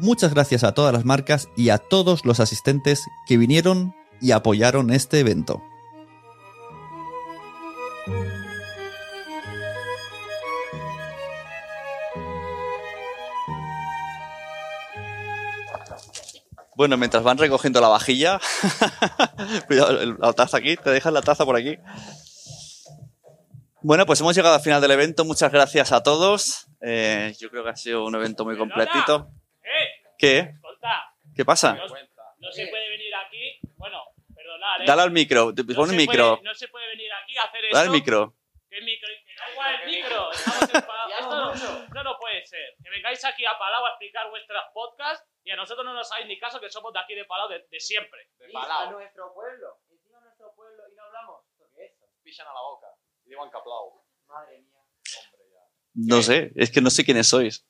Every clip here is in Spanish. Muchas gracias a todas las marcas y a todos los asistentes que vinieron y apoyaron este evento. Bueno, mientras van recogiendo la vajilla, cuidado, el- la taza aquí, te dejas la taza por aquí. Bueno, pues hemos llegado al final del evento. Muchas gracias a todos. Eh, yo creo que ha sido un evento muy completito. ¡Eh! ¿Qué? Escolta, ¿Qué pasa? no, no se puede venir aquí. Bueno, perdonad, ¿eh? Dale al micro, te- no pon el se micro. Puede, no se puede venir aquí a hacer Dale esto. al micro. Que el micro, que da igual el micro. Estamos enfadados. esto, no, esto no puede ser. Que vengáis aquí a Palau a explicar vuestras podcasts y a nosotros no nos hagáis ni caso que somos de aquí de Palau de, de siempre. de a Palau. nuestro pueblo. Encima a nuestro pueblo y no hablamos. ¿Esto qué es? Pixen a la boca. Y diuen que plau. Madre mía. No sé, es que no sé quiénes sois.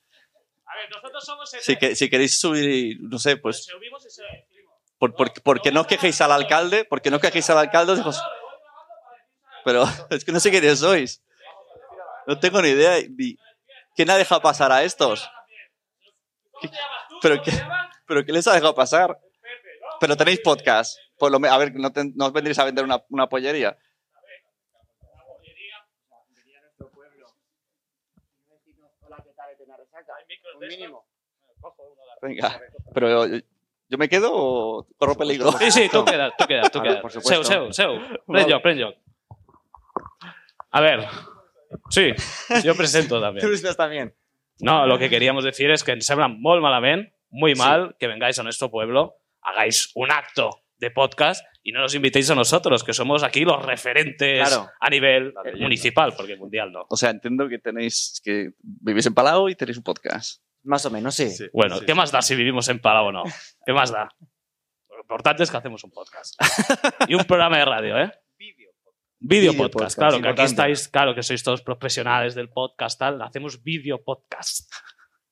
A ver, nosotros somos el Si, que- si queréis subir, no sé, pues, Se subimos y se lo decimos. por, por- porque no os quejéis al alcalde, porque no os quejéis al alcalde, os- No, le voy grabando para decir- pero es que no sé quiénes sois. No tengo ni idea. ni- ¿Quién ha dejado pasar a estos? ¿Cómo te llamas tú? ¿Pero ¿Cómo te qué? llamas? ¿Pero qué les ha dejado pasar? Pepe, ¿no? Pero tenéis podcast. Por lo me- a ver, no, ten- no os vendréis a vender una, una pollería. La bollería, Bienvenido a nuestro pueblo. Y no decirnos, hola, ¿qué tal? ¿Te la resaca? hay micros Un de estos. mínimo. Cojo uno de arriba. Venga, pero yo, yo me quedo o corro peligro. Sí, sí, tú quedas, tú quedas, tú Vale, quedas. por seu, supuesto. seu, seu. Prenyo, prenyo. A ver. Sí, jo presento també. estás también. No, lo que queríamos decir es que ens sembla molt malament, muy mal, que vengáis a nuestro pueblo, hagáis un acto de podcast y no nos invitéis a nosotros, que somos aquí los referentes Claro. a nivel La leyenda. municipal, porque mundial no. O sea, entiendo que tenéis que vivís en Palau y tenéis un podcast. Más o menos, sí. Bueno, ¿qué más da si vivimos en Palau o no? ¿Qué más da? Lo importante es que hacemos un podcast. y un programa de radio, ¿eh? Video Video podcast, podcast, claro, que aquí importante. estáis, claro, que sois todos profesionales del podcast, tal, hacemos video podcast,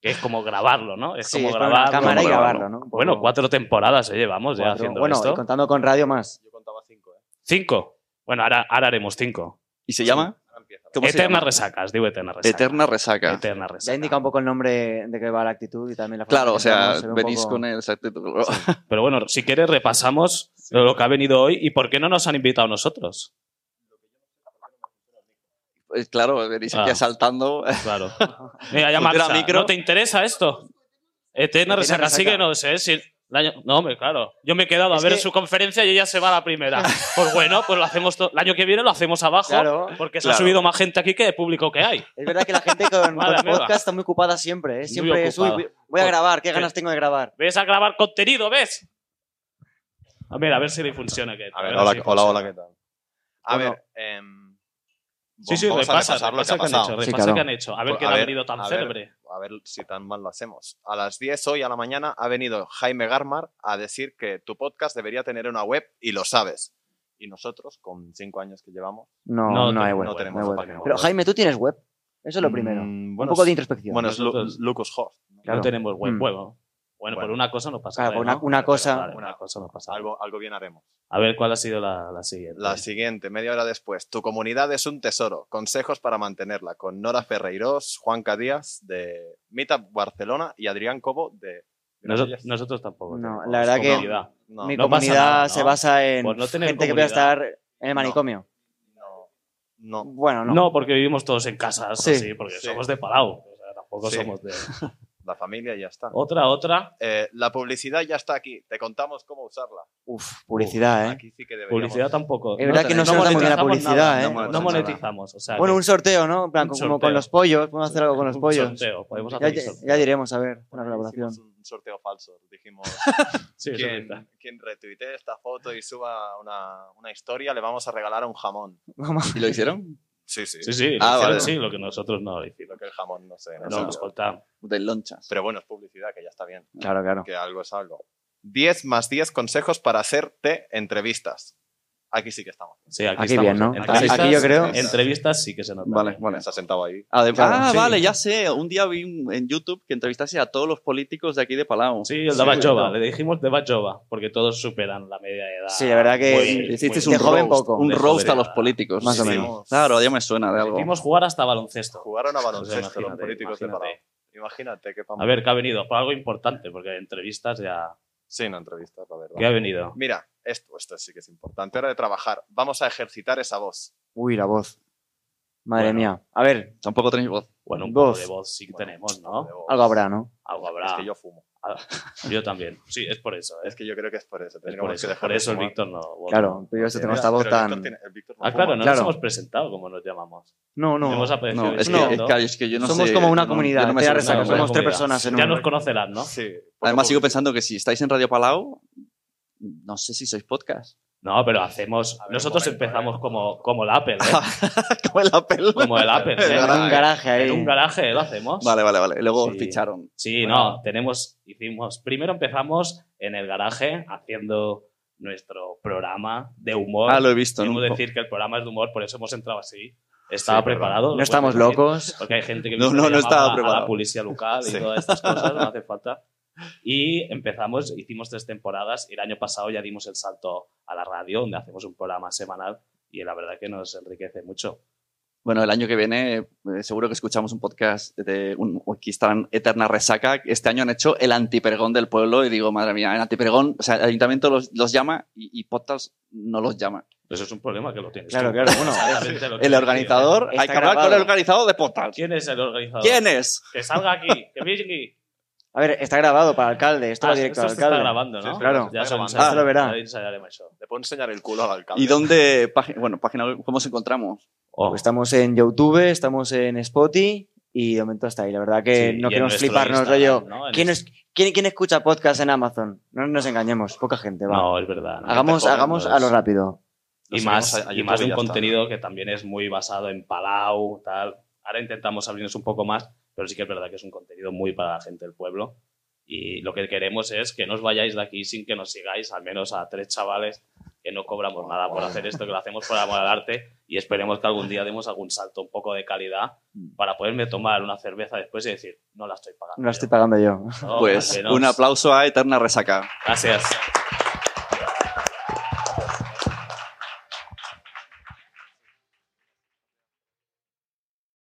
que es como grabarlo, ¿no? Es Sí, como es poner una grabarlo. cámara y como grabarlo. grabarlo, ¿no? Un poco- Bueno, cuatro temporadas eh, llevamos ya cuatro. haciendo Bueno, y esto. contando con radio más. Jo contava 5, eh? Cinco. Bueno, ahora, ahora haremos cinco. ¿Y se llama? Ara empieza. ¿Cómo se Eternas llama? resacas, digo eternas resacas. Eterna resaca. Eterna resaca. Ya indica un poco el nombre de qué va la actitud y también la forma Claro, que o sea, hablamos, se ve un venís poco- con el exacto título. Pero bueno, si quieres repasamos lo que ha venido hoy y por qué no nos han invitado nosotros. Pues claro, venís aquí Ah. asaltando. Claro. Mira, Tú ya tira marcha. micro. ¿No te interesa esto? Eterna Eterna resaca. Así resaca. que no sé si... el año- No, hombre, claro. Yo me he quedado a Es ver que- su conferencia y ella se va a la primera. Pues bueno, pues lo hacemos... to- El año que viene lo hacemos abajo Claro. porque se ha Claro. subido más gente aquí que de público que hay. Es verdad que la gente con, con Madre mía. podcast está muy ocupada siempre. ¿eh? Siempre es, uy, ocupada. voy- voy a Por- grabar, qué sí. ganas tengo de grabar. ¿Ves a grabar contenido? ¿Ves? A ver, a ver si le funciona. Que, A veure, hola, si hola, funciona. hola, què tal? A Bueno. veure, ehm... Sí, sí, vamos a repasa, repasar lo que repasa ha qué han hecho, pasado. repasa Sí, claro. qué han hecho. A ver Pues, qué a ha ver, venido tan a ver. célebre. A ver si tan mal lo hacemos. A las 10 hoy a la mañana ha venido Jaime Garmar a decir que tu podcast debería tener una web y lo sabes. Y nosotros, con 5 años que llevamos, No, No, no, no hay tenemos- web. no no hay tenemos web. página web. Pero Jaime, tú tienes web. Eso es lo primero. Mm, un bueno, poco de es- introspección. Bueno, es Lu- Nosotros- Lucas Host. ¿no? Claro. No tenemos web. Mm. Bueno, bueno, por Bueno. una cosa no pasa Claro, nada. por una- ¿no? una Pero, cosa- vale, Una- una cosa no pasa nada. Algo, algo bien haremos. A ver cuál ha sido la, la siguiente. La siguiente, media hora después. Tu comunidad es un tesoro. Consejos para mantenerla. Con Nora Ferreirós, Juanca Díaz de Meetup Barcelona y Adrián Cobo de. Noso- Granollers. nosotros tampoco. No, tenemos la verdad que- comunidad. No, Mi no pasa comunidad nada, se ¿no? basa en Por no tener gente que voy a comunidad. estar en el manicomio. no, no. Bueno, No. no. porque vivimos todos en casas Sí. así, porque Sí. somos de Palau. O sea, tampoco Sí. somos de. la familia y ya está. Otra, otra. Eh, la publicidad ya está aquí, te contamos cómo usarla. Uf, publicidad, ¿eh? Aquí sí que deberíamos. Publicidad tampoco. Es verdad que no se nota muy bien la monetizamos publicidad, nada, ¿eh? No, No monetizamos. O sea, Bueno, que- un sorteo, ¿no? En plan, Un como sorteo. con los pollos, podemos hacer algo con los un pollos. sorteo, Podemos Ya, hacer un ya- sorteo. ya diremos, a ver, una Hicimos colaboración. un sorteo falso. Dijimos, Sí, eso es quien, verdad. quien retuitee esta foto y suba una, una historia, le vamos a regalar un jamón. Vamos. ¿Y lo hicieron? Sí, sí. Sí, sí, lo Ah, hicieron, vale. sí, lo que nosotros no lo hicimos. Lo que el jamón, no sé. no sé. No, escolta. De lonchas. Pero bueno, es publicidad, que ya está bien. Claro, claro. que algo es algo. 10 más 10 consejos para hacerte entrevistas. Aquí sí que estamos. Sí, aquí, Aquí estamos. bien, ¿no? Entrevistas- Aquí yo creo- Entrevistas sí que se nota. Vale, vale. Se ha sentado ahí. Ah, de- Claro, ah, sí. vale, ya sé. Un día vi un- en YouTube que entrevistase a todos los políticos de aquí de Palau. Sí, el de Batllova, le dijimos de Batllova, porque todos superan la media de edad. Sí, la verdad que Muy bien, Hiciste muy de un bien. joven roast, poco. un De roast joven a los edad. políticos. Más o Sí. menos. Claro, ya me suena de algo. Hicimos jugar hasta baloncesto. Jugaron a O baloncesto sea, los imagínate, políticos de imagínate. Palau. Imagínate qué pam- A ver, ¿qué ha venido? Por algo importante, porque de entrevistas ya... Sí, no entrevistas, la verdad. ¿Qué ha venido? Mira, esto, esto sí que es importante. Hora de trabajar. Vamos a ejercitar esa voz. Uy, la voz. Madre Bueno. mía. A ver, Tampoco tenéis voz. Bueno, un poco Voz. de voz sí que Bueno, tenemos, de ¿no? voz. algo habrá, ¿no? Algo Es habrá. que yo fumo. Yo también. Sí, es por eso, ¿eh. Es que yo creo que es por eso. Es por Tendríamos que eso. dejar Por de eso el fumar. Víctor no... vota. Claro, pero yo esto Mira, tengo esta voz pero el tan... Víctor tiene- el Víctor no Ah, fuma. claro, no Claro. nos hemos presentado como nos llamamos. No, no. Hemos aprendido No, es, No. Que, es que- es que yo no Somos sé, como una no- comunidad, yo no me te sé da resaca, cómo se somos llama. tres personas en Ya uno. nos conocerán, ¿no? Sí, poco Además, sigo publicidad. pensando que si estáis en Radio Palau, no sé si sois podcast. No, pero hacemos... A ver, un Nosotros momento, empezamos eh. como, como el Apple, ¿eh? como el Apple. Como el Apple, En ¿eh? un garaje ahí. En un garaje lo hacemos. Vale, vale, vale. Luego Sí. ficharon. Sí, no, tenemos, hicimos, primero empezamos en el garaje haciendo nuestro programa de humor. Ah, lo he visto. Debo nunca. decir que el programa es de humor, por eso hemos entrado así. Estaba Sí, perdón. preparado. No estamos locos. Porque hay gente que No, dice no, que no llamaba estaba a la preparado. policía local y Sí. todas estas cosas, no hace falta. Y empezamos, hicimos tres temporadas y el año pasado ya dimos el salto a la radio, donde hacemos un programa semanal y la verdad que nos enriquece mucho. Bueno, el año que viene eh, seguro que escuchamos un podcast de un, aquí están Eterna Resaca. Este año han hecho el antipergón del pueblo y digo, madre mía, el antipergón, o sea, el ayuntamiento los, los llama y, y podcast no los llama. Eso es un problema que lo tienes. Claro, tú. claro, bueno. Exactamente lo que El decía. organizador, Está hay que hablar grabado. con el organizador de podcast. ¿Quién es el organizador? ¿Quién es? Que salga aquí, que venga aquí. A ver, está grabado para alcalde. Esto Ah, va directo al esto se está alcalde. grabando, Sí, ¿no? sí, claro. Ya Está se lo grabando. ensayaré- Ah, lo verá. ya ensayaremos eso. Le puedo enseñar el culo al alcalde. ¿Y dónde? pági- Bueno, página web, ¿cómo os encontramos? Oh, Estamos en YouTube, estamos en Spotify y de momento hasta ahí. La verdad que sí, y no en queremos nuestro fliparnos, Instagram, rollo. ¿no? En ¿Quién, este- es- quién- quién escucha podcast en Amazon? No nos engañemos, poca gente, este? va. Ah, No, es verdad. ¿no? hagamos te jodan, hagamos no a lo es- rápido. Lo y, subimos más, a- a y YouTube más y un ya está. contenido que también es muy basado en Palau, tal. Ahora intentamos abrirnos un poco más, pero sí que es verdad que es un contenido muy para la gente del pueblo. Y lo que queremos es que no os vayáis de aquí sin que nos sigáis, al menos a tres chavales que no cobramos nada por hacer esto, que lo hacemos por amor al arte y esperemos que algún día demos algún salto un poco de calidad para poderme tomar una cerveza después y decir, no la estoy pagando. No yo". la estoy pagando yo. No, pues al menos- un aplauso a Eterna Resaca. Gracias.